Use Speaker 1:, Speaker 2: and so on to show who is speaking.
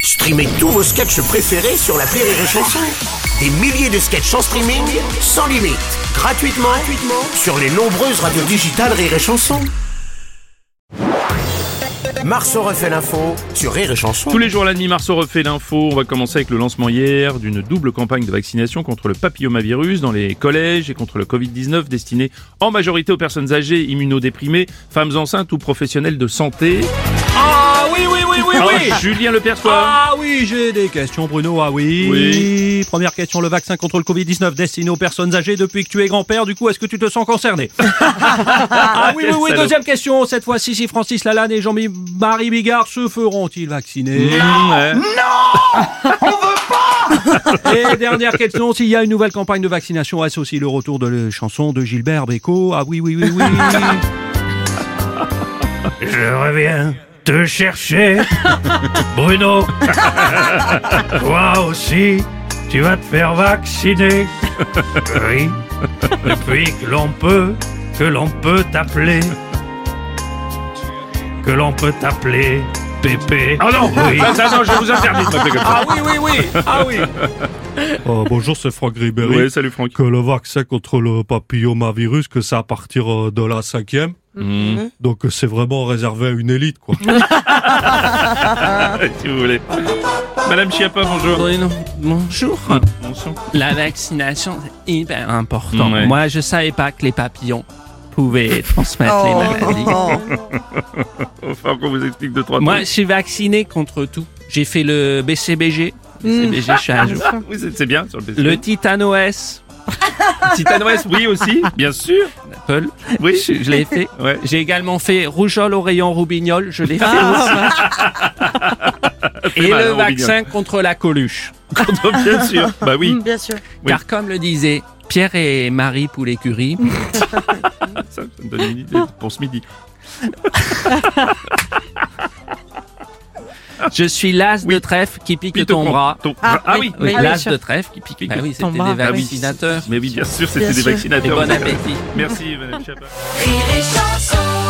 Speaker 1: Streamez tous vos sketchs préférés sur la Rire et Chanson. Des milliers de sketchs en streaming, sans limite, gratuitement, gratuitement sur les nombreuses radios digitales Rire et Chanson. Marceau refait l'info sur Rire et Chanson.
Speaker 2: Tous les jours à la nuit, Marceau refait l'info. On va commencer avec le lancement hier d'une double campagne de vaccination contre le papillomavirus dans les collèges et contre le Covid-19 destinée en majorité aux personnes âgées, immunodéprimées, femmes enceintes ou professionnelles de santé.
Speaker 3: Ah oui, oui, oui, oui,
Speaker 2: Ah,
Speaker 3: oui
Speaker 2: Julien Leperçois.
Speaker 3: Ah oui, j'ai des questions, Bruno, ah oui.
Speaker 2: Oui.
Speaker 3: Première question, le vaccin contre le Covid-19 destiné aux personnes âgées depuis que tu es grand-père, du coup, est-ce que tu te sens concerné Ah oui,
Speaker 2: quel
Speaker 3: oui, oui,
Speaker 2: salaud.
Speaker 3: deuxième question, cette fois-ci, si Francis Lalanne et Jean-Marie Bigard se feront-ils vacciner
Speaker 2: Mm,
Speaker 3: Ah.
Speaker 2: Ouais.
Speaker 3: Et dernière question, s'il y a une nouvelle campagne de vaccination, est-ce aussi le retour de la chanson de Gilbert Bécaud Ah oui, oui, oui, oui.
Speaker 4: Je reviens te chercher, Bruno. Toi aussi, tu vas te faire vacciner. Oui, depuis que l'on peut, que l'on peut t'appeler, que l'on peut t'appeler Pépé.
Speaker 2: Ah non, ah, ça, non, je vous interdis de m'appeler comme ça.
Speaker 3: Ah oui, oui, oui, ah oui.
Speaker 5: Euh, bonjour, c'est Franck Ribéry.
Speaker 2: Ouais, salut Franck.
Speaker 5: Que le vaccin contre le papillomavirus, que c'est à partir euh, de la cinquième.
Speaker 3: Mm.
Speaker 2: Mm.
Speaker 5: Donc euh, c'est vraiment réservé à une élite, quoi.
Speaker 2: Si vous voulez. Madame Chiappa, bonjour. Ah,
Speaker 6: Bruno, bonjour.
Speaker 2: Bonsoir.
Speaker 6: La vaccination, c'est hyper important.
Speaker 2: Ouais.
Speaker 6: Moi, je savais pas que les papillons pouvaient transmettre les maladies.
Speaker 2: Enfin, qu'on Oh, vous explique deux, trois
Speaker 6: Moi, je
Speaker 2: trucs.
Speaker 6: suis vacciné contre tout. J'ai fait le BCBG. BCBG, je suis à jour.
Speaker 2: Ah, Oui, c'est c'est bien sur le PC.
Speaker 6: Le Titanos
Speaker 2: Titanos, oui aussi, bien sûr.
Speaker 6: Apple,
Speaker 2: Oui.
Speaker 6: je, je l'ai fait.
Speaker 2: Ouais.
Speaker 6: J'ai également fait rougeole au rayon roubignol, je l'ai fait
Speaker 2: mal, hein,
Speaker 6: aussi. Et le
Speaker 2: Roubignol.
Speaker 6: vaccin contre la coluche.
Speaker 2: Contre, bien sûr. Bah oui,
Speaker 7: Bien sûr.
Speaker 2: Oui.
Speaker 6: Car comme le disaient Pierre et Marie Poulet-Curie,
Speaker 2: ça, ça me donne une idée pour ce midi.
Speaker 6: je suis l'as de trèfle qui pique
Speaker 2: Pique
Speaker 6: ton
Speaker 2: ton-
Speaker 6: bras.
Speaker 2: ton-
Speaker 7: Ah,
Speaker 2: ah oui. Ah
Speaker 7: oui.
Speaker 6: Oui,
Speaker 7: Ah oui,
Speaker 6: l'as
Speaker 7: sûr.
Speaker 6: de trèfle qui pique. Bah oui,
Speaker 7: ton
Speaker 6: c'était
Speaker 7: bras,
Speaker 6: des
Speaker 7: bah oui.
Speaker 6: vaccinateurs.
Speaker 2: Mais oui, bien sûr, c'était
Speaker 7: Bien
Speaker 2: des
Speaker 7: sûr.
Speaker 6: Et
Speaker 2: vaccinateurs.
Speaker 6: bon appétit.
Speaker 2: Merci, Madame Chiappa.
Speaker 8: Rire et chanson